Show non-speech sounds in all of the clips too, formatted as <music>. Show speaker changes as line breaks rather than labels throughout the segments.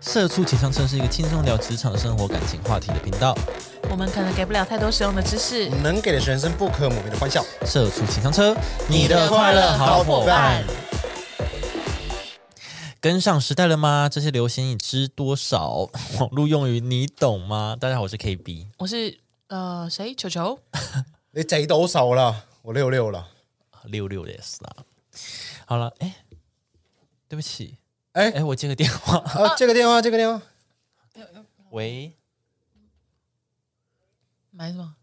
社畜情商车是一个轻松聊职场、生活、感情话题的频道。
我们可能给不了太多实用的知识。
能给的学生不可磨灭的欢笑。
社畜情商车，
你的快乐好伙伴。
跟上时代了吗？这些流行你知多少？网络用语你懂吗？大家好，我是 KB。
我是呃谁？球球。
你贼都少了，我六六了。
六六的也是啦。好了，哎，对不起，
哎
哎，我接个电话。
啊，这个电话，这个电话，
喂，
买什么？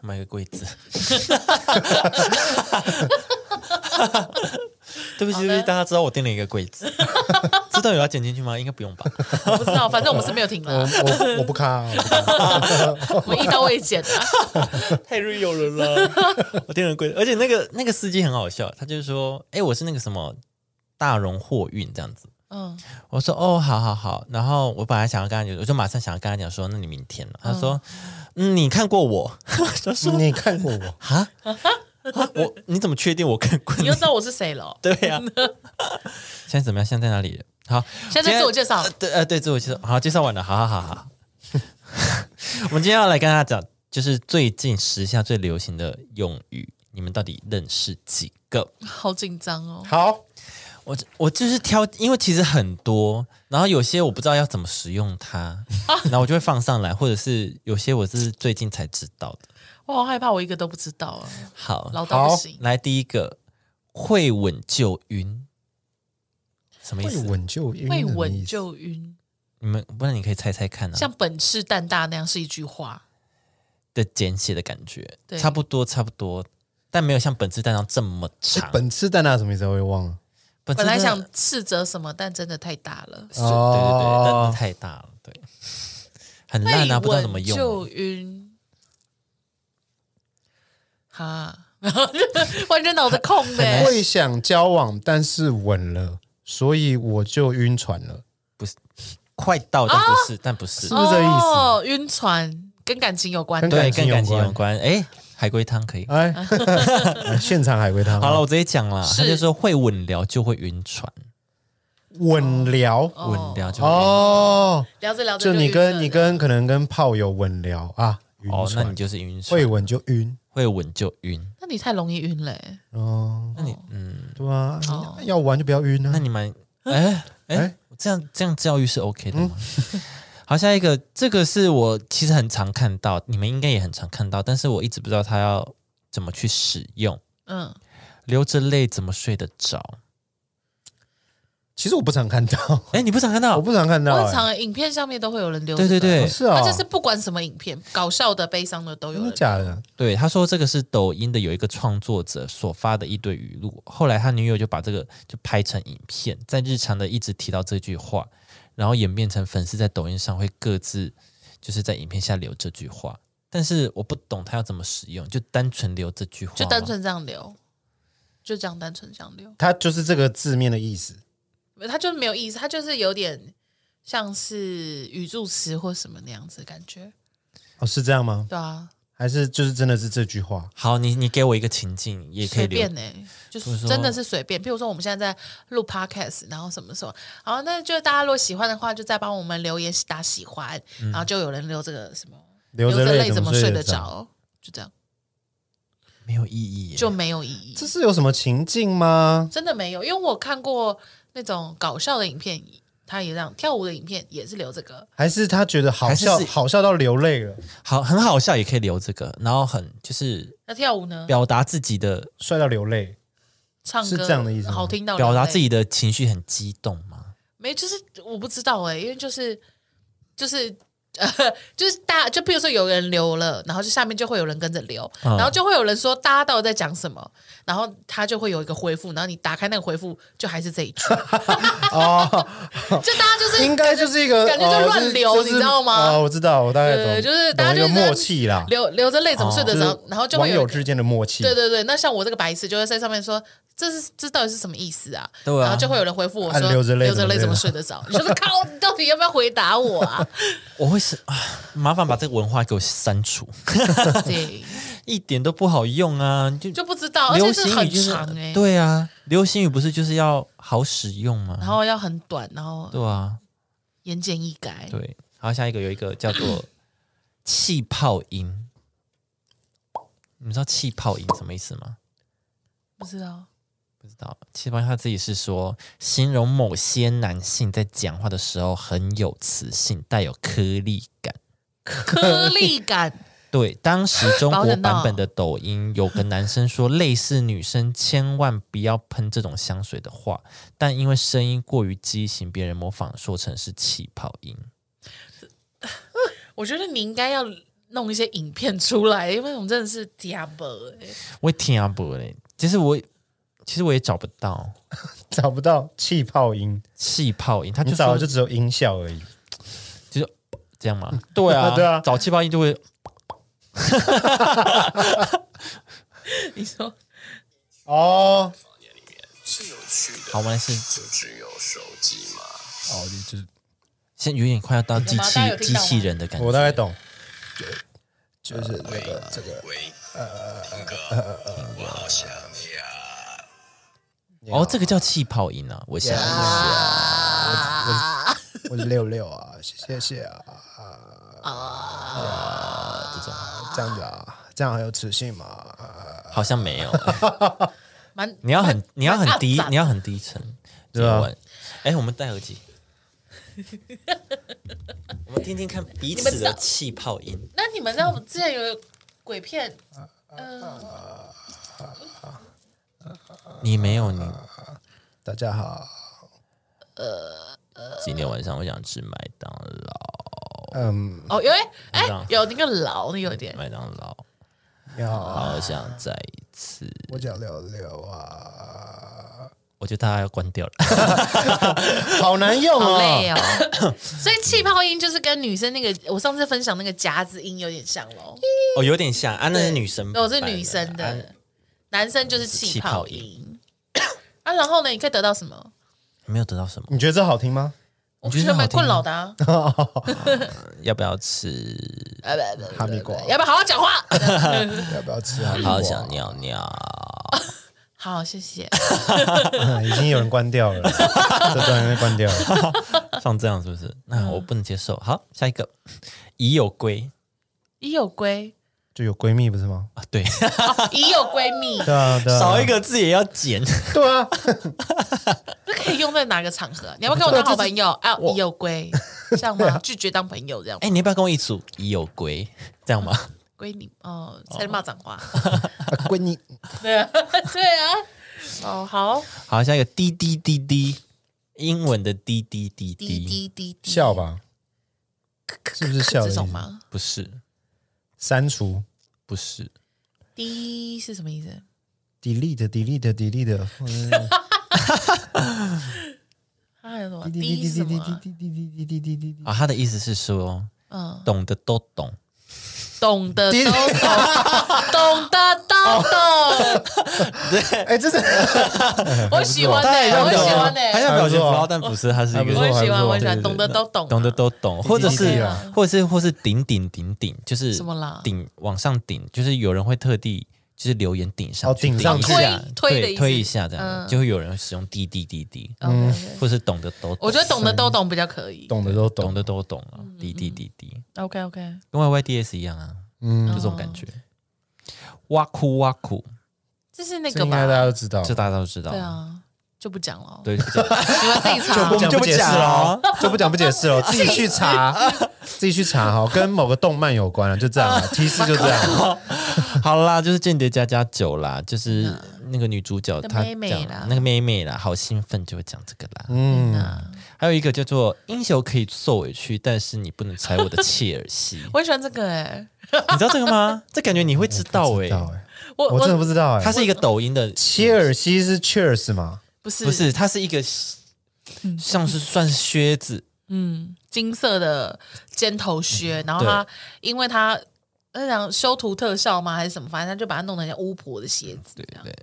买个柜子。 <laughs> 对不起，
好
对
的
不起，大家知道我订了一个柜子， <laughs> 知道有要剪进去吗？应该不用吧。
我不知道，反正我们是没有停
我
了，
我我不卡，我不卡
<laughs> 我们一刀未剪啊。
太 real 了啦！
<laughs>
我订了贵，而且那个那个司机很好笑，他就是说：“哎、我是那个什么大荣货运这样子。
嗯，”
我说：“哦，好好好。”然后我本来想要跟他讲，我就马上想要跟他讲说：“那你明天了。”他说：“嗯，你看过我？” <laughs> 他说
<laughs> 你看过我？：“
啊，啊我你怎么确定我看过
<laughs> 你
你
又知道我是谁了？”
对呀、 <laughs> 现在怎么样？现在在哪里了？好，
现在在自我介绍
呃对，呃，对，自我介绍，好，介绍完了，好好好好。 <laughs> 我们今天要来跟大家讲，就是最近时下最流行的用语，你们到底认识几个？
好紧张哦。
好，
我我就是挑，因为其实很多，然后有些我不知道要怎么使用
<laughs>
它，然后我就会放上来，或者是有些我是最近才知道的。
我好害怕，我一个都不知道啊，
好，
老到不
好
行。
来第一个，会稳就晕，什么意
会
思？
稳就晕，
会稳就晕，
你们不然你可以猜猜看啊，
像本事蛋大那样是一句话。
的简写的感觉，
对
差不多差不多，但没有像本次蛋糕这么长。
本次蛋啊什么意思？我也忘了。
本次
本来
蛋
想斥责什么，但真的太大了。
是对对对，但
哦
是太大了，对，很烂啊，
会
不知道怎么
稳
用
就。晕。哈， <laughs> 完全脑子空的、
会想交往，但是稳了，所以我就晕船了。
快到，但不
啊
是，但不是
是，不是这意思
哦，晕船跟感情有关的，
跟
对，
感情
跟
有
感情有
关
关。哎，海龟汤可以。
<laughs> 哎，现场海龟汤。
好了，，我直接讲了，
是
他就说会稳聊就会晕船，
稳聊
哦
稳聊就会晕船。
哦，
聊着聊着
就你
晕
跟
了
你跟可能跟炮友稳聊啊，晕
哦，那你
船
就是晕船
会，稳就晕
会稳就晕。
那你太容易晕了、欸，
哦，
那你嗯，
对啊
哦，
要玩就不要晕
那
啊。
你们哎哎
哎，嗯
这样这样教育是 OK 的吗？ <laughs> 好，下一个，这个是我其实很常看到，你们应该也很常看到，但是我一直不知道它要怎么去使用。
嗯，
流着泪怎么睡得着？
其实我不常看到。
哎，你不常看
我
到？
不常看到、
哦我很
欸，
常影片上面都会有人留、
对对对，
是啊、
他就是不管什么影片，搞笑的、悲伤的都有
真
人
的假的？
对，他说这个是抖音的有一个创作者所发的一堆语录，后来他女友就把这个就拍成影片，在日常的一直提到这句话，然后演变成粉丝在抖音上会各自就是在影片下留这句话，但是我不懂他要怎么使用，就单纯留这句话吗，
就单纯这样留，就这样单纯这样留，
它就是这个字面的意思，
他就是没有意思，他就是有点像是语助词或什么那样子的感觉，
哦，是这样吗？
对啊，
还是就是真的是这句话？
好，你你给我一个情境，也可以
随
留
便。呢、欸，就
比如说
是真的是随便。譬如说我们现在在录 podcast，然后什么什么，好，那就大家如果喜欢的话，就再帮我们留言打喜欢，然后就有人留这个什么
流
着
泪
怎
么
睡
得？
着，就这样
没有意义耶，
就没有意义，
这是有什么情境吗？
真的没有。因为我看过那种搞笑的影片，他也这样跳舞的影片也是留这个，
还是他觉得好笑
还是，是
好笑到流泪了，
好很好笑，也可以留这个，然后很就是
那跳舞呢，
表达自己的
帅到流泪？
唱歌
是这样的意思吗
好听到
表达
流泪
自己的情绪很激动吗？
没，就是我不知道哎、因为就是就是呃，就是大就譬如说有人留了，然后就下面就会有人跟着留，
嗯
然后就会有人说大家到底在讲什么，然后他就会有一个回复，然后你打开那个回复就还是这一句，
<laughs> 哦，
就大家
<laughs>
就是
应该就是一个
<laughs> 感觉就
哦
乱
是
流
就是
你知道吗
哦，我知道，我大概
对
懂，
就是大家
懂
就
一个
是在
默契啦，
流流着泪怎么睡得着，
哦就是
然后就
网
会有
友
一个
之间的默契。
对对对，那像我这个白痴就会在上面说。这是这到底是什么意思啊？
对啊
然后就会有人回复我说：“
啊流着泪
流着泪怎
怎
么
么
睡得着？”你说：“靠，你到底要不要回答我
<laughs>
啊
我会是啊，麻烦把这个文化给我删除，？”
对，
一点都不好用啊！就
就不知道，而且
流
是
行语
很
就是呃
长哎、
对啊，流行语不是就是要好使用吗？
然后要很短，然后
对啊，
言简意赅。
对。然后下一个有一个叫
<coughs>
做气泡音，你们知道气泡音什么意思吗？
不知道
不知道，气泡音他自己是说，形容某些男性在讲话的时候很有磁性，带有颗粒感。
颗
<laughs>
粒感，
对，当
<laughs>
时中
保
国
险
版
套
本的抖音有个男生说，类似女生千万不要喷这种香水的话，但因为声音过于畸形，别人模仿说成是气泡音。
我觉得你应该要弄一些影片出来，因为我们真的是欸 d i
我也听不嘞，其实我其实我也找不到
找不到气
<laughs>
泡音，
气泡音，他
你
就
找
说
的就只有音效而已。
就是这
<laughs>
样嘛，对啊
对啊
找气泡音就会
你说
哦
是有趣的，
好玩是
就只有手机嘛。
哦，就是
现在有点快要到机器
有吗大家有听
机
到吗
器人的感觉，
我大概懂，呃就就是那个这个
喂，明哥，我好想你啊！
哦，这个叫气泡音啊，我想
啊
我是六六啊，谢谢谢啊，
这种
这样子啊，这样很有磁性嘛。啊
好像没有。
蛮
你要很
蛮
你要很
蛮
低
大，胆
你要很低沉。
对啊
接吻。哎，我们戴耳机， <laughs> 我们听听看彼此的气泡音。
那你们知道我之前有个鬼片，
你没有你
大家好，
今天晚上我想吃麦当
<laughs>
劳，
嗯，
哦，有哎
知道哦
哎，有那个老，那有一点
麦当劳，
你好，
好想再一次。
我叫六六啊，
我觉得大家要关掉了。
好难用
好累
哦。
哦。
<laughs>
所以气泡音就是跟女生那个我上次分享那个夹子音有点像喽。
<laughs> 哦，有点像啊，那是女生版
对，
的，
哦我是女生
啊
的，男生就是气
气泡
泡音。 <coughs> 啊，然后呢？你可以得到什么？
没有得到什么。
你觉得这好听吗？
我
觉得
觉得
好
蛮
听吗
困扰的啊。
要不要吃？
呃不不不
哈密瓜，
要不要好好讲话？ <laughs>
要不要吃哈密瓜？
好想尿尿。
好，谢谢。
<laughs> 已经有人关掉了， <laughs> 这段人关掉了。
像这样是不是？
嗯
那我不能接受。好，下一个，已有归
已有归，
就有闺蜜不是吗？
啊，对。
已有闺蜜，
对啊，对啊，
<laughs> 少一个字也要减。
对啊，
这可以用在哪个场合？啊你要不要跟我当好朋友？啊，已有归，这样吗？拒绝当朋友这样
哎、，你要不要跟我一组？已有归，这样吗？
<laughs>
归你哦，才骂脏话。
啊闺蜜
<laughs> 对啊， <laughs> 对啊。哦，好，
好，下一个滴滴滴滴，英文的滴滴滴
滴
滴，
滴滴滴，
笑吧，
是
不是笑的
这种
意思
吗？
不是
删除
不是，
滴是什么意思？
，delete delete delete，
它还有什么滴是什么啊？
滴滴滴滴滴
啊，他的意思是说，
嗯，
懂的都懂，
懂的都懂，懂的都
<laughs>
懂。
哎，这是
我喜欢的，哦欸我喜欢的，
他像表情符
啊
号，
还不错啊
但不是，他是一
还不
我
个
错
喜
还
欢，
不错
我喜
对对对
欢，懂的都懂，
懂的都懂，或者
滴滴
是
啊
或者是或是顶顶顶顶，就是
什么啦
顶往上顶，就是有人会特地。就是留言顶上
哦
去，
顶上
一
去
下
推推的
对，
意思
推一下这样，就会有人使用滴滴滴滴，
嗯，
或是懂得都懂，
我觉得懂的都懂比较可以。
懂的都
懂
懂，
的都懂啊，
嗯
滴滴滴滴，
OK OK，
跟 YYDS 一样啊，
嗯
就这种感觉。哇哭哇哭，
这是那
这
个
应该大家
吧？
都知道。
这大家都知道
对。啊，就不讲了，
啊对，就 <laughs> 这样
你们自己查
我。们就不
解释
讲
了
了，
就不讲不解释了，自己去查，自己去查哈，跟某个动漫有关了，就这样啊，提示就这样。
好啦，就是《间谍加加九》啦，就是那个女主角
的
她
妹妹
讲
啦
那个妹妹啦，好兴奋就会讲这个啦。
嗯，
还有一个叫做“英雄可以受委屈，但是你不能踩我的切尔
<laughs>
西”，
我很喜欢这个哎，
你知道这个吗？这感觉你会知道
不
哎
知，道哎，
我
我真的不知道
它
哎。
是一个抖音的，
切尔西是 Cheers 吗？
不是
不是，它是一个
嗯
像是算是靴子，
金色的尖头靴，
嗯
然后他因为他那讲修图特效吗还是什么，反正他就把它弄得像巫婆的鞋子，对
对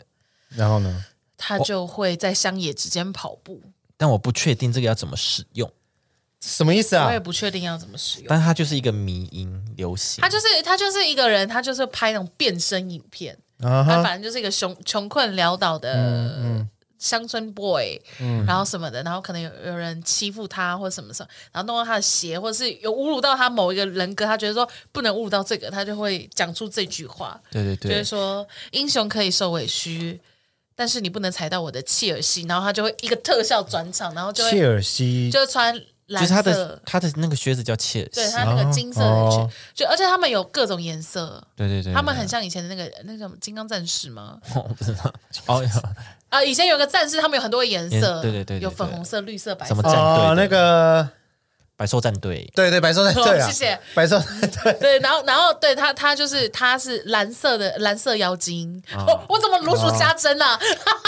然后呢？
他就会在乡野之间跑步。
但我不确定这个要怎么使用，
什么意思啊
我也？不确定要怎么使用。
但它就是一个迷音流行
他。就是他就是一个人，他就是拍那种变身影片，
啊
他
哈，
嗯
反正就是一个穷穷困潦倒的乡村 boy，然后什么的，然后可能有有人欺负他或什么什么，然后弄到他的鞋，或者是有侮辱到他某一个人格，他觉得说不能侮辱到这个，他就会讲出这句话，
对对
就是
对，
说英雄可以受委屈。但是你不能踩到我的切尔西，然后他就会一个特效转场，然后就会
切尔西
就会穿
就
蓝
是
色，
他的他的那个靴子叫切尔
对
西，
他那个金色的裙，
哦
就而且他们有各种颜色，
对对对，
他们很
对
像以前的那个那个什么金刚战士吗？
我不知道哦，有
啊，以前有个战士，他们有很多颜
颜
色，
对对对对
有粉
对
红色、绿色、白
什么
色，
战队
哦
的，
那个
百兽战队，
对对白寿在
哦
对啊，
谢谢
白寿在对，
对，然后然后对他他就是他是蓝色的蓝色妖精，
啊
哦， <laughs> 我怎么如数家珍啊？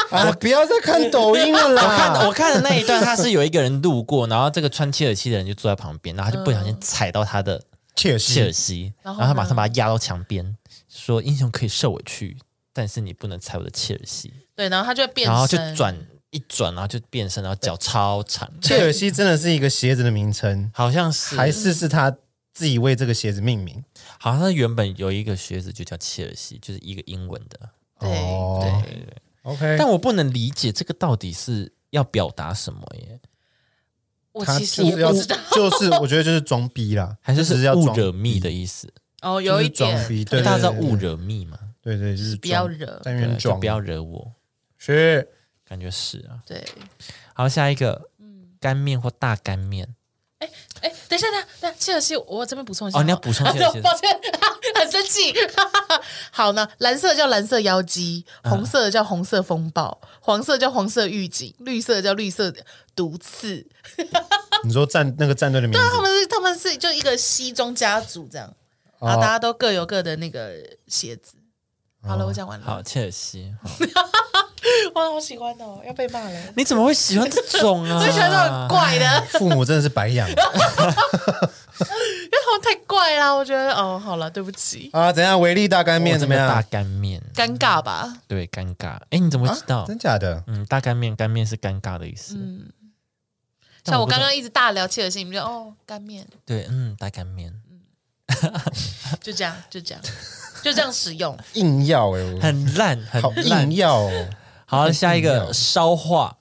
哦
啊，不要再看抖音了
我看
啦，
我看的那一
<laughs>
段，他是有一个人路过，然后这个穿切尔西的人就坐在旁边，然后他就不小心踩到他的
切尔
切尔
西，
西，
嗯然
然后
后呢
他马上把他压到墙边，说英雄可以受委屈，但是你不能踩我的切尔西，
对，然后他就会变身，
然后就转一转，然后就变身，然后脚超长，
切尔西真的是一个鞋子的名称，
好像是
还是是他自己为这个鞋子命名？
好像原本有一个靴子就叫切尔西，就是一个英文的，
对
对
哦
对对。
，OK，
但我不能理解这个到底是要表达什么耶？
我
他
其实
就
也
是要
不知道，
就是我觉得就是装逼啦，
还是
就只是要
勿
装嗯
惹蜜的意思？
哦，有
就
一
是装
点
逼，
因
对，
为大家知道
对
勿，惹蜜嘛，
对对对，就是
不要
装
惹
在
对
那边
就
装，
不要惹我，
是
感觉是啊。
对。
好，下一个，干面或大干面，
哎，等一下，等一下，等一下，切尔西，我这边补充一下。
哦你要补充
啊
切尔
<laughs>
西
对抱歉，很生气。 <laughs> 好呢，蓝色叫蓝色妖姬，
嗯
红色叫红色风暴，黄色叫黄色预警，绿色叫绿色毒刺。
你说战那个战队的名
他
字，
们是他们是就一个西装家族这样，
哦
然后大家都各有各的那个鞋子。好了，我讲完了。
好，切尔西，好
哇，好喜欢哦，要被骂了。
你怎么会喜欢这种啊？
最喜欢这种怪的，
父母真的是白养
因为他们太怪啦，我觉得哦，好了，对不起，
啊！怎样？维力大干面
我
怎
真
么
的大
样？
干面，
尴尬吧？
对，尴尬。哎，你怎么会知道？
啊真假的？
嗯，大干面，干面是尴尬的意思。但
像我
不知
刚
道
刚一直大聊切尔西，你们就哦干面，
对，嗯，大干面
就这样，就这样，就这样使用。
硬要哎，我
很烂，很
好
烂
硬。要哦！
好，下一
硬
个
要
烧化，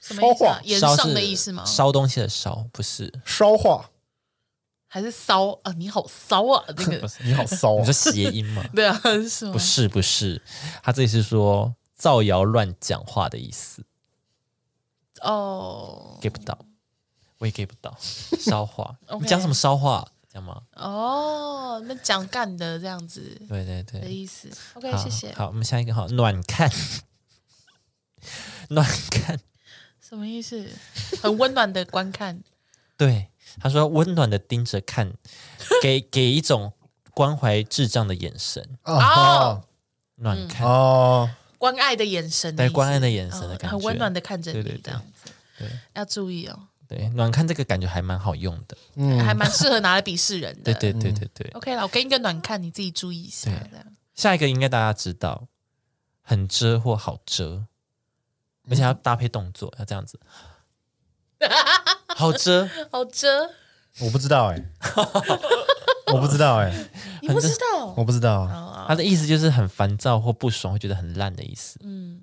什么意思、
烧
啊
烧
盐
化？
上
是
的意思吗？
烧东西的烧，不是。
烧话，
还是骚啊？你好骚
<laughs>
啊！那个？
你好骚
你
哦
说！谐音吗
<laughs> 对啊，是
<laughs>
吗
不？是，不是，他这里是说造谣乱讲话的意思
哦
，get 不到，我也 get 不
<laughs>
到。烧话，
OK 嗯
你讲什么烧话？讲吗？
哦，那讲干的这样子
对对
的
对，
意思。OK，
好
谢谢。
好，我们下一个好，暖看， <laughs> 暖看，
什么意思？很温暖的观看， <laughs>
对，他说温暖的盯着看，给给一种关怀智障的眼神，
哦
暖看，
哦，
关爱的眼神嗯的意
对
思，
关爱的眼神的
嗯
感觉，
很温暖的看着
对对
你
对
这样子。
对
要注意哦，
对，暖看这个感觉还蛮好用的，
嗯
还蛮适合拿来鄙视人的。
嗯 <laughs> 对对对对对。
OK 啦，我给你个暖看，你自己注意一下。
对
这样
下一个应该大家知道，很遮或好遮，而且要搭配动作，要这样子，好遮，
好遮，
我不知道哎，我不知道哎，
你不知道
我不知道，啊
他的意思就是很烦躁或不爽，会觉得很烂的意思。嗯，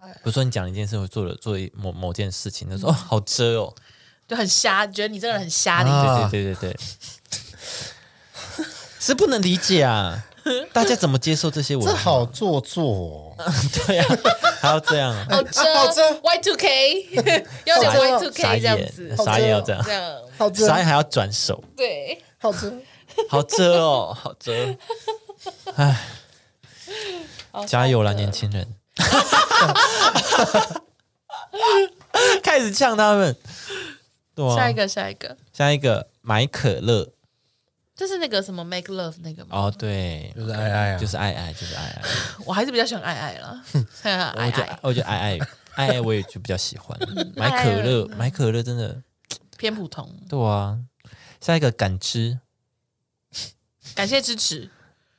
比如说你讲一件事，我做了做一某某件事情，他说哦好遮哦，
就很瞎，觉得你这个人很瞎的意思。
啊
对对对对对，是不能理解啊，大家怎么接受这些文
这
化？
好做作
<laughs>
哦，
对啊，还要这样啊，
<laughs> 好遮、
啊好遮
哦 Y two K，要点 Y two
傻
K 这样子
眼，，傻眼要这样
这，样
好
傻眼还要转手。
对，
好吃，
好遮哦，好遮，
好
加油啦，年轻人！ <laughs> 开始呛他们。对啊，
下一，个，下一个，
下一个，买可乐
这是那个什么 Make Love 那个吗？
哦，对，
就是爱爱啊，
就是哎爱爱，就是爱爱。
我还是比较喜欢爱爱 <laughs> 了，
<laughs> 我觉
爱爱
得，我觉得爱爱，爱爱我也就比较喜
<laughs>
欢。买可乐，买可乐真的，
偏普通。
对啊。下一个，感知，
感谢支持，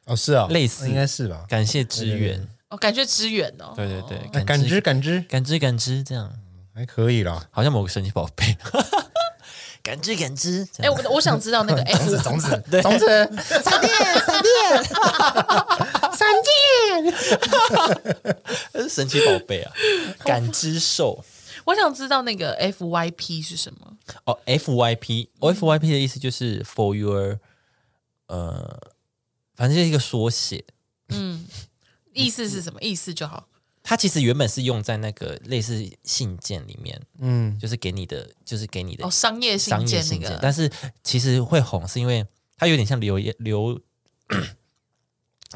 哦是啊，
类似
应该是吧？
感谢支援，
哦，感谢支援哦。
对对对，
哎感知，感知
感知，感知，这样
还可以啦，
好像某个神奇宝贝。 <laughs> 感知，感知，这
哎，
样 <laughs>
我我想知道那个，哎，
种子，种子，
闪电，闪电，
闪
那是神奇宝贝
<laughs>
啊，感知兽
<laughs> 我想知道那个 FYP 是什么？
哦，FYP，哦
嗯
FYP 的意思就是 for your，呃，反正就是一个缩写。
意思是什么？意思就好。
它其实原本是用在那个类似信件里面，
嗯，
就是给你的，就是给你的
哦，商业
商
信
业
件那
信件，
个，
但是其实会红是因为它有点像流流 <clears throat>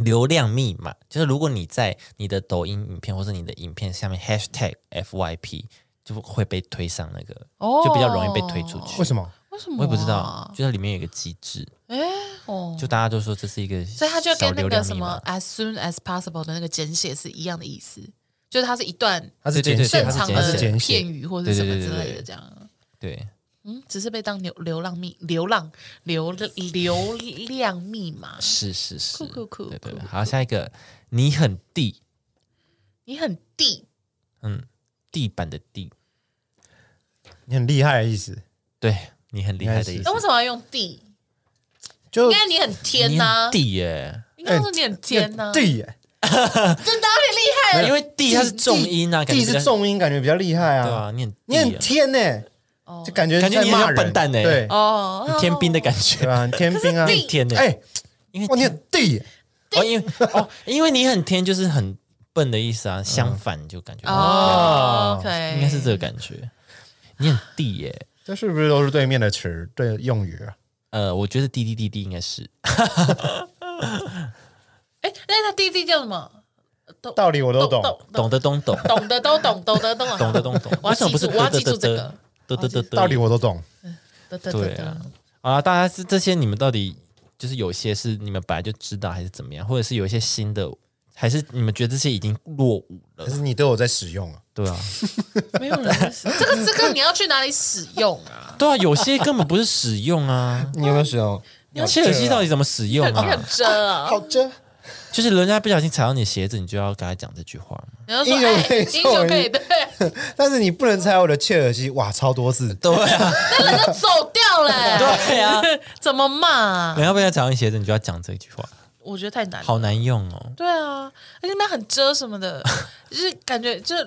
流量密码，就是如果你在你的抖音影片或是你的影片下面 hashtag FYP，就会被推上那个，
哦
就比较容易被推出去。
为什么？
为什么啊？
我也不知道，就它里面有一个机制，
哎，哦，
就大家就说这是一个
所以它就
小
跟那
流
个
量
什
密
么
码，
as soon as possible 的那个简写是一样的意思，就是它是一段
它是
对对
简
对
写
正
它是
常
简
的
写
简
片
写，
语或者什么
对对
之
对对
类的
对
这样。
对，
嗯，只是被当流流浪密流浪流流量密码。
是是是，
酷酷酷
对对
酷
对。
酷
好，下一个，你很地
你很地
地板的地，
你很厉害的意思。
对你很厉害的意
应
思
那，为哎什么要用地？
就
应该你很天
你
呐
很，地哎耶。
应该说你很天呐，
地耶，
真的有点厉害。
因为地啊它是重音啊，感觉
地
比较
是，重音，感觉比较厉害
对
啊。
啊，你很
你
地
很
啊
天呢，就感觉
感觉
在
你很
骂
像
人
笨蛋欸
对
哦，
天兵的感觉
对，吧？天兵啊，
地
天呢？
哎，
因为
哇，你很地耶，
哦，因为哦，因为你很天就是很笨的意思啊，相反就感觉
嗯哦哎
哦
，OK，
应该是这个感觉。你很地耶，
这是不是都是对面的词儿对用语啊？
呃，我觉得地地地地应该是
哎，那他弟弟叫什么？
道理我都懂，
懂得懂懂，
懂的都懂，懂得都 <laughs> 懂，
懂得懂懂。
我要
为什
记
么不是
住，我要
得
记
得
住
得
这个
得。得得得得？
道理我都懂。
得得
对
得
啊
得，
啊，大家是这些你们到底就是有些是你们本来就知道还是怎么样，或者是有一些新的，还是你们觉得这些已经落伍了
可？是你都有在使用啊，。
对啊，
没有人在使这个这个你要去哪里使用啊？
对啊，有些根本不是使用啊
你有没有使用？
嗯
切尔西到底怎么使用
<laughs> 你很
<laughs> 啊？
遮啊！
好哦这
就是人家不小心踩到你鞋子，你就要跟他讲这句话嘛。
你要说
英雄
哎，
可以
英
做
雄
人
可以对，
但是你不能猜我的切尔西，哇，超多字。
对啊，
那人家走掉了，
<laughs> 对啊，
<laughs> 怎么骂啊？
人家不小心踩到你鞋子，你就要讲这句话，
我觉得太难了。
好难用哦。
对啊，而且那边很遮什么的， <laughs> 就是感觉就是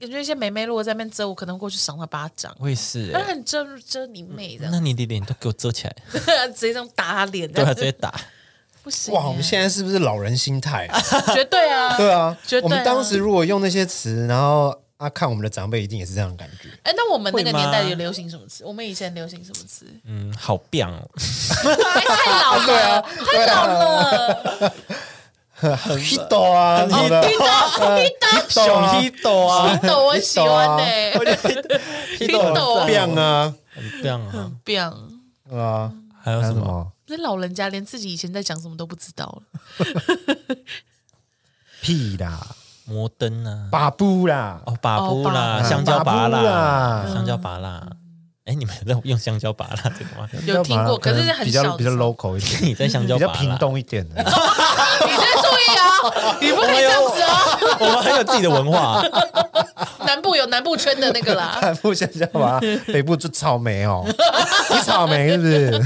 感觉一些妹妹如果在那边遮，我可能过去赏她巴掌。
我也是、
她
欸，
很遮遮你妹这
那
样，
你的脸都给我遮起来，
<laughs> 直接这样打她脸，
嗯对啊，直接打。
不行耶。欸
哇，我们现在是不是老人心态啊？
绝对啊，
对啊
<laughs> 绝，对啊
我们当时如果用那些词，然后啊，看我们的长辈一定也是这样的感觉。
哎，那我们那个
会吗
年代有流行什么词？我们以前流行什
<laughs>
么词？
嗯，好棒哦，
哎太老了，
啊
太老了，
<laughs> Hito 啊，什么的，Hito <laughs> 啊
熊一抖
<laughs>
啊，
懂我喜欢 <laughs> 呢。
，Hito
懂
啊，Biang 啊，
很棒啊。
不要。
对啊，
还有
还
什
有
么？
什么
那老人家连自己以前在讲什么都不知道了。
屁啦，
摩登啊，
巴布啦，
哦，把布
哦
啦，
把
香蕉拔啦
把，布啦
香蕉拔啦。哎，你们有在用香蕉拔啦这个 <laughs> 吗？
有听过可是是很
比
小
较
的
比较
时候
local 一
<laughs>
点，
你在香蕉
比较
拔
平
啦，
东一点的。 <laughs>
你再注意啊，你不可以这样子啊。
我们很有自己的文化啊。 <laughs>
<laughs> 南部有南部圈的那个
<laughs>
啦，
南部香蕉吧，北部就草莓
<laughs>
哦，你草莓是不是？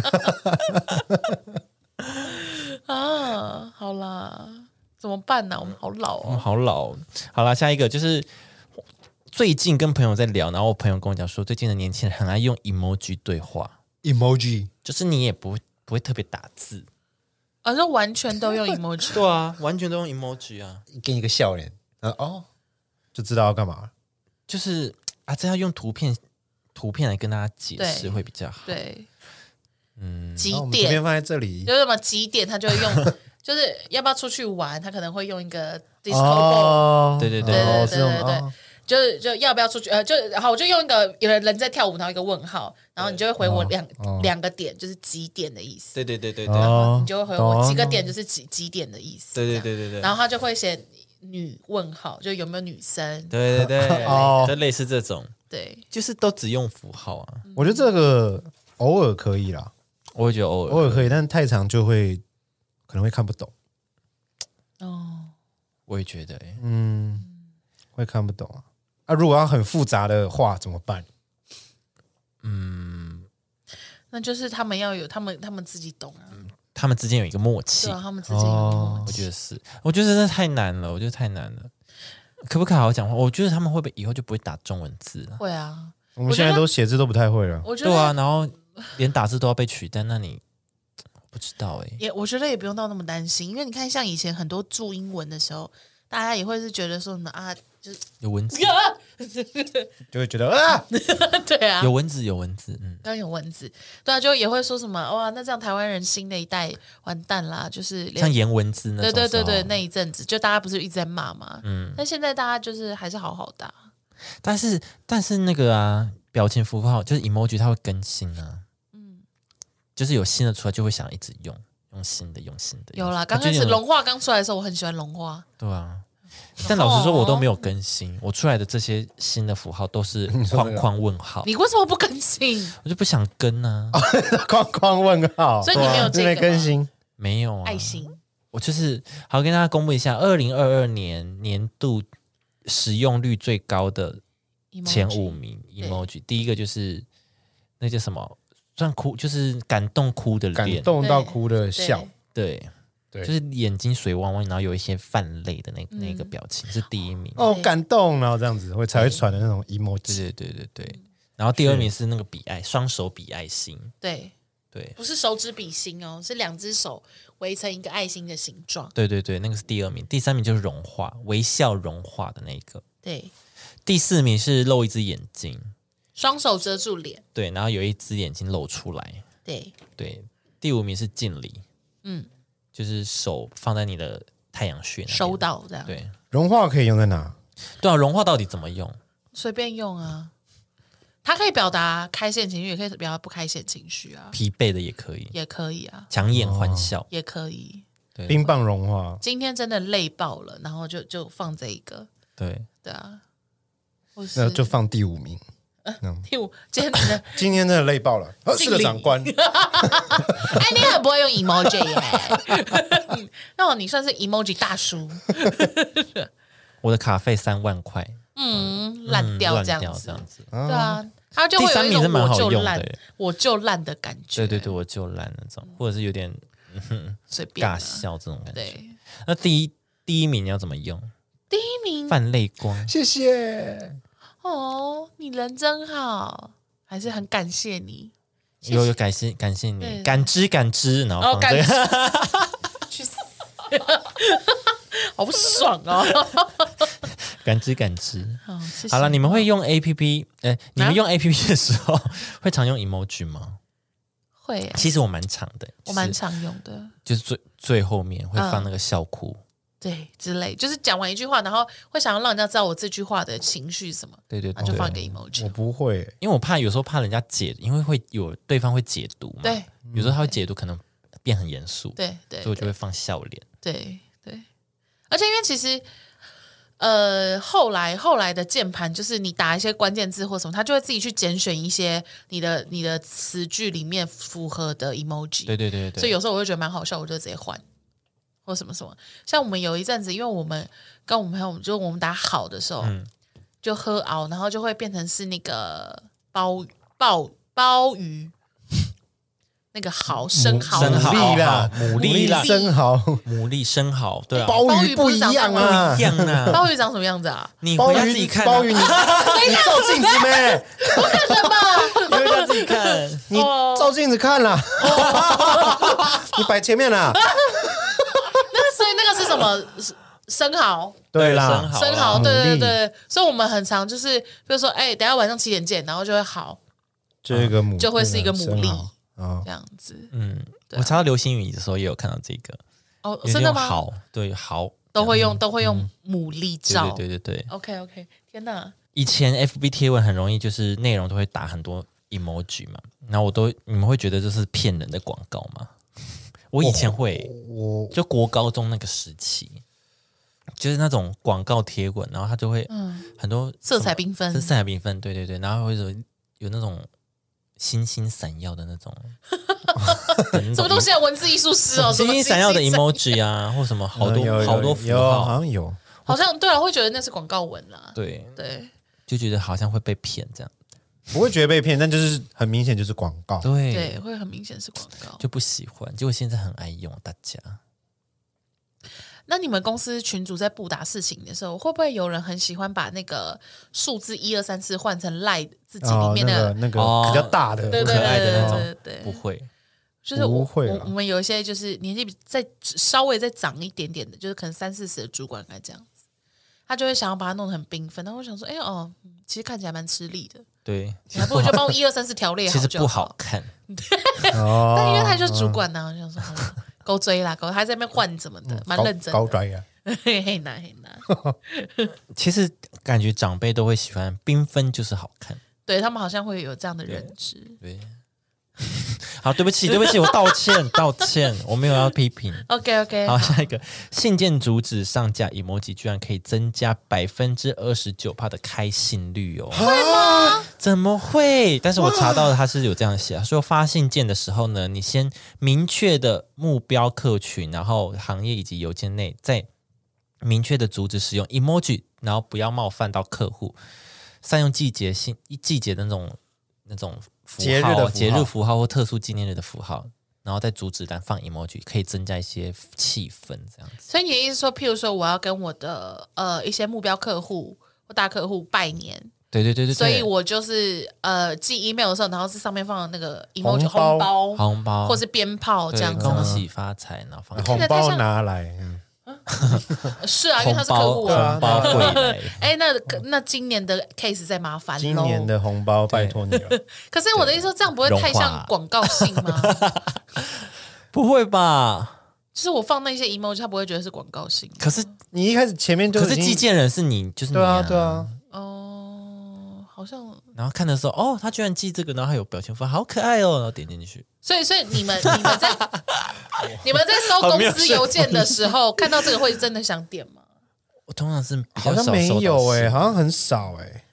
啊，好啦，怎么办呢、我们好老
我们
哦。
好老哦。好啦，下一个就是最近跟朋友在聊，然后我朋友跟我讲说，最近的年轻人很爱用 emoji 对话，
emoji
就是你也不不会特别打字。
啊，这完全都用 emoji， <laughs>
对啊，完全都用 emoji 啊，
给你个笑脸，呃哦，就知道要干嘛。
就是啊，这要用图片图片来跟大家解释
对
会比较好。
对，
嗯，
几
然后我们图
点
片放在这里
有，什么几点，他就会用，就是要不要出去玩，他可能会用一个 disco ball，、
哦，
对对对
哦
对对
这种
对对
哦
就是就要不要出去，呃，就然后我就用一个有人人在跳舞，然后一个问号，然后你就会回我两、
哦
两个点，就是几点的意思，
对对对对对
哦，
你就会回我几个
懂
点就是几几点的意思，
对对
这样，
对对
然
对。
后他就会写女问号，就有没有女生，
<laughs> 对对对，
<laughs>
哦
就类似这种，
对，
就是都只用符号啊。
我觉得这个偶尔可以啦，
我会觉得偶
偶
尔，
尔可以，但太长就会可能会看不懂，
哦。
我也觉得、欸，
嗯，会看不懂啊。啊，如果要很复杂的话怎么办？
嗯，
那就是他们要有他们他们自己懂啊，
他们之间有一个默契
对啊，。他们之间有默
哦我
契。
觉得是，我觉得这太难了，我觉得太难了。可不可以好好讲话？我觉得他们会不会以后就不会打中文字了？
会啊，
我们现在都写字都不太会了。
我觉
对啊，
得
然后连打字都要被取代，那你不知道哎、
也，我觉得也不用到那么担心，因为你看，像以前很多注英文的时候，大家也会是觉得说什么啊， <laughs> 就是
有文
<laughs>
字，
啊
就会觉得啊， <laughs>
对啊
有，文字，有文字，嗯，
刚有文字，对啊，就也会说什么哇，那这样台湾人新的一代完蛋啦，就是
像
连
颜文字那
对
种。
对对对，那一阵子就大家不是一直在骂嘛，嗯，但现在大家就是还是好好的啊、
但是但是那个啊，表情符号就是 emoji，它会更新啊，就是有新的出来就会想一直用，用新的，用新的。
有
用新的
啦，刚开始
啊它就有
龙画刚出来的时候，我很喜欢龙画，
对啊，但老实说，我都没有更新，我出来的这些新的符号都
<laughs>
是框框问号，
你为什么不更新？
我就不想跟
<laughs>
啊，
框框问号，
所以你没有这个
对啊
吗
没更新，
没有啊，
爱心
我就是好跟大家公布一下，二零二二年年度使用率最高的前五，名 emoji，第一个就是那叫什么，算哭，就是感动哭的
感
脸，
动到
对
哭的
emoji
笑，
对。
对
就是眼睛水汪汪，然后有一些泛泪的那、那个表情是第一名。
哦，
对
感动，然后这样子会才会传的那种 emoji，
对对对对对。然后第二名是那个比爱，双手比爱心。
对对，
对
不是手指比心哦，是两只手围成一个爱心的形状，
对对对，那个是第二名。第三名就是融化，微笑融化的那个。
对，
第四名是露一只眼睛，
双手遮住脸，
对，然后有一只眼睛露出来。
对，
对，第五名是敬礼，
嗯，
就是手放在你的太阳穴那边。
收到这样，
对
融化可以用在哪？
对啊，融化到底怎么用？
随便用啊。它可以表达开线情绪，也可以表达不开线情绪啊，
疲惫的也可以，
也可以啊，
强颜欢笑。
也可以。
对
冰棒融化，
今天真的累爆了，然后就就放这一个，
对，
对啊，或
那
是 <laughs>
就放第五名。
第五，今天真的，
今天真的累爆了，呃是
敬
个
礼
长
<laughs>
官，
哎，你很不会用 emoji 耶， <laughs> 那我你算是 emoji 大叔，
我的卡费三万块，
嗯，
嗯
烂掉
乱
这样
嗯掉
子，
这样子。
对啊，他就
哦第
会有
三
一
名是
种
蛮
我
好
就
用
烂
的，
我就烂的感觉，
对对对，，我就烂那种，或者是有点
随便啊
尬，笑这种感觉。
对，嗯
那第一第一名你要怎么用？
第一名
泛泪光，
谢谢。
哦，你人真好，还是很感谢你，谢谢
有有感谢感谢你，
对
感知感知，然
哦
后，放
感
这个
觉 <laughs> 去死，好不爽哦，
<laughs> <laughs> 感知感知。
好，谢谢
好了，你们会用 A P P？哎，你
啊
们用 A P P 的时候会常用 emoji 吗？
会啊，
其实我蛮常的，
我蛮
就是
常用的。
就是最最后面会放
嗯
那个笑哭。
对，之类，就是讲完一句话，然后会想要让人家知道我这句话的情绪是什么，
对对
然
哦对
后啊就
对，
放一个
我
emoji。
不会，
因为我怕有时候怕人家解，因为会有对方会解读嘛。
对，
有时候他会解读可能变很严肃，，
对对
所以我就
对
会放笑脸。
对对，而且因为其实，呃，后来后来的键盘就是你打一些关键字或什么，它就会自己去拣选一些你的你的词句里面符合的 emoji。
对对对对，
所以有时候我就觉得蛮好笑，我就直接换或什么什么。像我们有一阵子，因为我们跟我们朋友，就我们打好的时候，
嗯
就喝熬，然后就会变成是那个鲍鲍鲍鱼，那个蚝生蚝
生
牡
蚝
蛎
啊
啦，
牡蛎啦
生蚝，
牡蛎、生蚝，对啊，
鲍鱼
鲍鱼不
不
是
一
长
样
不
啊
一。样啊。
鲍鱼长什么样子啊？
你
鲍 <laughs>
回家
鱼，
自己看啊，
<laughs>
鲍鱼，你你照镜子没？
你回家自己看。
你
哦
照镜子
<laughs>
看啦，你摆前面啦，
那所以那个是什么是生蚝？
对啦
生，蚝
生蚝，
啦
对对
牡蛎
对，所以我们很常就是，比如说，哎、等一下晚上七点见，然后就会好
这个牡
就会是一个牡蛎
啊
这样子。
<laughs> 嗯，
对啊
我查到流星雨的时候也有看到这个，
哦，
有
真的
用
吗？
蚝，对蚝，
都会用都会用牡
对
蛎罩。
嗯对对对对。
OK OK，天哪，
以前 FB 贴文很容易就是内容都会打很多 emoji 嘛，然后我都你们会觉得这是骗人的广告吗？ <laughs> 我以前会，
我
就国高中那个时期，就是那种广告贴文，然后它就会很多
嗯色彩
什
缤
么
纷
是，色彩缤纷，对对对，然后会有有那种星星闪耀的那种，
<laughs> 什
什
么
<laughs>
东西啊？文字艺术师哦，什
星
么
星闪
<laughs>
耀的
星星闪
emoji 啊，或什么好
嗯有
多
有
好多符
有，好
号，
像有，
好像对啊，会觉得那是广告文啦。
对，
对，
就觉得好像会被骗这样。
不会觉得被骗，但就是很明显就是广告。
对，
对，会很明显是广告。
就不喜欢，结果现在很爱用大家。
那你们公司群主在布达事情的时候，会不会有人很喜欢把那个数字一二三四换成赖自己里
哦，
面
那
的？
个那个
哦
比较大的，
对对
可爱
对
的那种啊
对对
不
对，
会，
就是我
不会
我
啦
我们有一些就是年纪比再稍微再长一点点的，就是可能三四十的主管该这样子，他就会想要把它弄得很缤纷。但我想说，哎、哦，嗯其实看起来蛮吃力的，
对，
你还不如就帮我一二三四条列好
其实 <laughs>
就
不好。看，
哦
但因为他就是主管呐、我想说好
<laughs>
啦
哦
勾追啦，勾还在那边换怎么的，蛮
高
认真
高
的，
拽呀，
<laughs> 嘿嘿呐嘿呐，
其实感觉长辈都会喜欢，缤纷就是好看。
对他们好像会有这样的认知。 <laughs>
对，好，对不起，对不起，我道歉，道歉，我没有要批评。
OK OK，
好，下一个信件主旨上架 emoji 居然可以增加百分之二十九帕的开信率哦！怎么会？但是我查到他是有这样写，他啊说发信件的时候呢，你先明确的目标客群，然后行业以及邮件内，再明确的阻止使用 emoji，然后不要冒犯到客户，善用季节性季节的那种那种符
节日的
号
符
啊、
号
节日符号或特殊纪念日的符号，然后再阻止栏放 emoji，可以增加一些气氛，这样子。
所以你的意思说，譬如说我要跟我的呃一些目标客户或大客户拜年，
对对对对对。
所以我就是呃寄 email 的时候，然后是上面放那个 emoji 红
红包
包，
红包
或是鞭炮
对
这样子
恭
吗。
喜发财，然后放
红
看起来太
包
像
拿来，嗯
是啊，因为
红
他是客
包
户啊。
红包会来，
哎，那那今年的 case 再麻烦
今
喽。
年的红包拜托你了，
可是我的意思说，这样不会太
融化
像广告性吗？ <laughs>
不会
啊
吧？
就是我放那些 emoji，他不会觉得是广告性
可是
你一开始前面就
可
已
是
经
寄件人是你，就是你
对啊对。啊，
哦。好像，
然后看的时候，哦，他居然寄这个，然后还有表情符号，好可爱哦，然后点进去，
所以所以你们你们在你们在收
好没
公
有
司
说服
邮件的时候，看到这个会真的想点吗？
我通常是比
好
较
像
少
没
收
有
到
哎，
信
好像很少哎，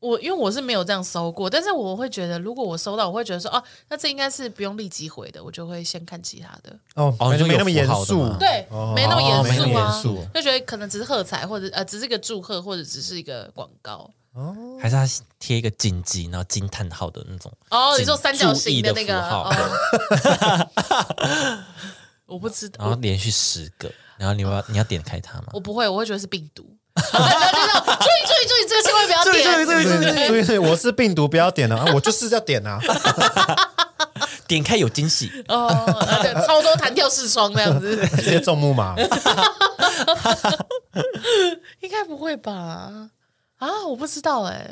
我因为我是没有这样收过，但是我会觉得，如果我收到，我会觉得说，哦，那这应该是不用立即回的，我就会先看其他的，
哦，
哦
感
你
觉
说
没
有
那么严
符号的
肃
吗，
对，没那么
哦
严
没那么
肃啊，
严肃
就觉得可能只是喝彩，或者呃，只是一个祝贺，或者只是一个广告。
还是他贴一个紧急，然后惊叹号的那种。
哦，
请
你说三角形
注意的
那个，
符号
哦、我不知道，
然后连续十个，然后你要你要点开它吗？
我不会，我会觉得是病毒。然后就这样注意注意注意，这个千万不要点。
对对对对，我是病毒，不要点了啊，我就是要点啊，
点开有惊喜，
哦，然后就超多弹跳视窗那样子，
直接中木马，
<laughs> 应该不会吧？啊，我不知道哎、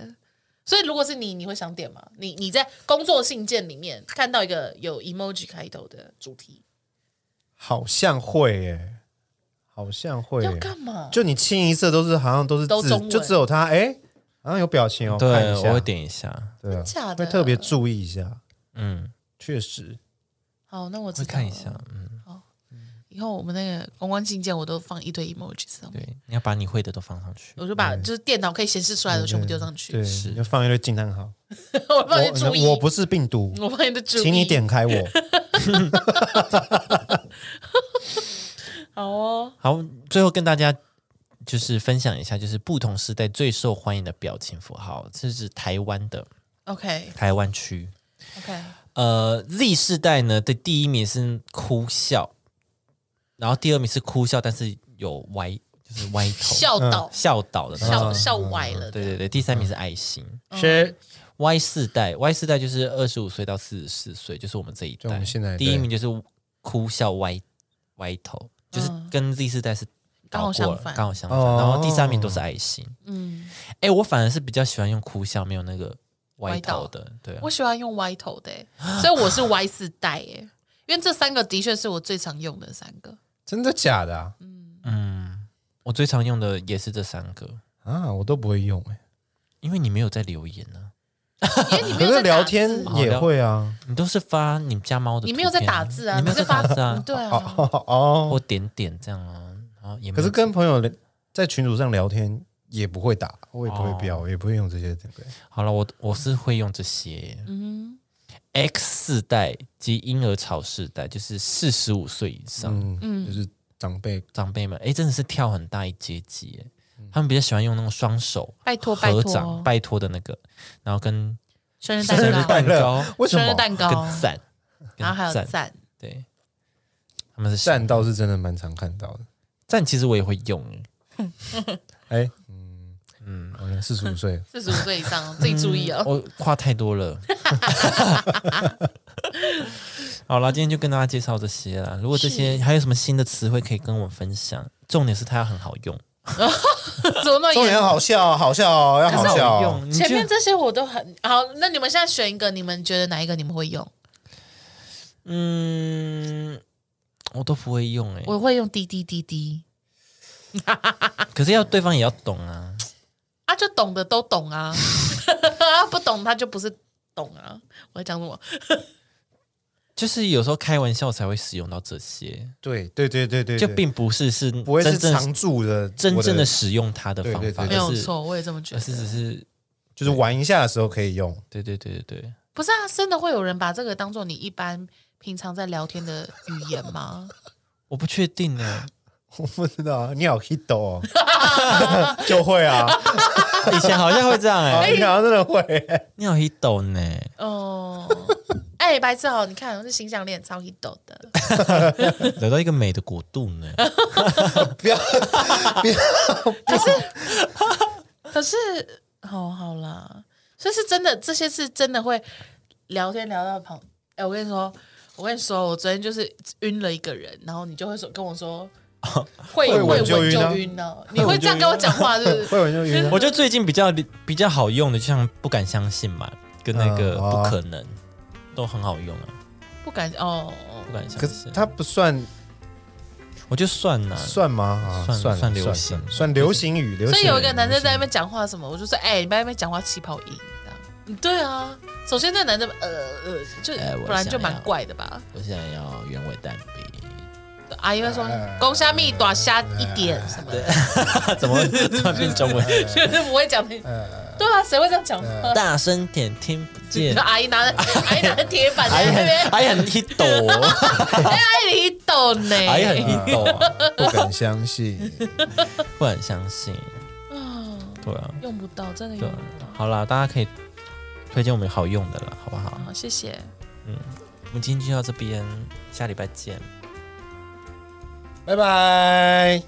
所以如果是你，你会想点吗？你你在工作信件里面看到一个有 emoji 开头的主题，
好像会哎，好像会
要
哎。
干嘛？
就你清一色都是好像都是
都
字
中文
就只有他哎、好像有表情哦，看
对
一，下
我会点一下，
对啊
真假的
会特别注意一下，
嗯，
确实
好，那我知
会
道
看一
了
下，嗯，
以后我们那个公关信件，我都放一堆 emoji 上面，
对，你要把你会的都放上去。
我就把就是电脑可以显示出来的我全部丢上去
嗯对，，
是
你就放一堆惊叹号。
<laughs> 我帮你注意，
我我不是病毒，
我帮你的注意，
请你点开我。
<laughs> 好哦。
好，最后跟大家就是分享一下，就是不同时代最受欢迎的表情符号，这是台湾的
OK
台湾区。
OK，
呃，Z 世代呢的第一名是哭笑，然后第二名是哭笑，但是有歪，就是歪头
笑到
嗯
笑倒的那种。
笑笑歪了，
对对对，第三名是爱心。
是
Y 世代，Y 世代就是二十五岁到四十四岁，就是我们这一代。
就我们现在
第一名就是哭笑歪歪头，就是跟 Z 世代是
嗯刚
倒
好
过
相
了
反
刚好相反。
哦
然后第三名都是爱心。
嗯，
哎，我反而是比较喜欢用哭笑，没有那个歪
歪
头
头
的。对啊，
我喜欢用歪头的欸、所以我是 Y 四代耶、因为这三个的确是我最常用的三个。
真的假的啊？
我最常用的也是这三个，
啊，我都不会用哎、
因为你没有在留言呢、
因为你没
可
有在
是 <laughs> 聊
打字
天也会啊。 <laughs>
你都是发你们家猫的，
你没有在打字啊，
你没有
是
在
发
打字啊
嗯，对啊，
哦哦，
或点点这样啊，然后也没
可
有
是跟朋友在群组上聊天也不会打，我也不会
哦
标，我也不会用这些，对不对？
好了，我我是会用这些，
嗯，
X 世代及婴儿潮世代，就是四十五岁以上、
嗯嗯，就是长辈
嗯
长辈们，哎，真的是跳很大一阶级耶。他们比较喜欢用那种双手
拜托拜
合
托
掌、拜托的那个，然后跟
生日
生日
蛋糕，
蛋糕
为什
生日
么？
蛋糕，
跟赞，
然后还有
跟赞，
赞，
对，他们是
站倒是真的蛮常看到的。
赞，其实我也会用，
哎，嗯嗯，好像四十五岁了，
四十五岁以上自己注意哦。
我话太多了。 <laughs> 好啦，今天就跟大家介绍这些啦。如果这些还有什么新的词汇可以跟我分享，重点是它要很好用，
怎么那么
重
严
点要嗯好笑哦，好笑哦，要好笑
好
哦。
用。你
前面
就
这些我都很好，那你们现在选一个，你们觉得哪一个你们会用？
嗯，我都不会用哎、
我会用滴滴滴滴
可是要对方也要懂啊。
啊，就懂的都懂
<laughs>
啊，不懂他就不是懂啊。我在讲什么？
就是有时候开玩笑才会使用到这些，
对对对对对，
就
对
并不是是
不会是
真正
常驻的，
真
我
正的使用它的
对
方
对
法，
对
没
对
而
有
是
错，我也这么觉
而是只
得。
是
就是玩一下的时候可以用。
对对对对对，
不是啊，真的会有人把这个当做你一般平常在聊天的语言吗？
我不确定欸呢、
我不知道啊，你好 hit 哦，就会啊，
以前好像会这
<laughs>
样哎、
啊你好像真的会欸，
你好 hit 抖呢，
<laughs> 哦， <laughs> 哎、白痴哦，你看我是形象恋超 hit 的，
来到一个美的国度呢。 <laughs>
不要
<laughs> 可是好好啦，所以是真的，这些是真的会聊天聊到旁。哎、我跟你说，我跟你说，我昨天就是晕了一个人，然后你就会说跟我
<laughs>
说。会
会
会
闻
闻
就晕啊
就晕了，你会这样跟我讲
<laughs>
话，是不是？
会玩就晕啊
我觉得最近比较比较好用的，就像不敢相信嘛，跟那个
嗯
不可能、都很好用啊，
不敢哦，
不敢
可
相
是
信。
它不算
我就算了，
算吗？啊
算
算了
算流
了
行
算流行语，流行
所
语
以有一个男生在那边讲话什么，我就说，哎、你不要在那边讲话气泡音这样。嗯对啊，首先那男的呃呃，就
哎我
本来就
想
蛮
要
怪的吧。
我想要原味蛋饼，
阿姨会说公虾米短虾一点什么的，
<laughs> 怎么会 <laughs> 突然变中文？
就是不会讲的。对啊，谁会这样讲话？
大声点，听不 <laughs> 见。
阿姨拿着阿姨拿着铁板
哎呀
在那边，
哎呀，你抖哦，
哎，你懂呢？
<laughs> 哎呀，你抖 <laughs> 哦，
不敢相信，
不敢相信。
嗯
对啊，
用不到，真的
对
用
啊
不到。
好啦，大家可以推荐我们好用的啦，好不好？
好，谢谢，
我们今天就到这边，下礼拜见。
拜拜。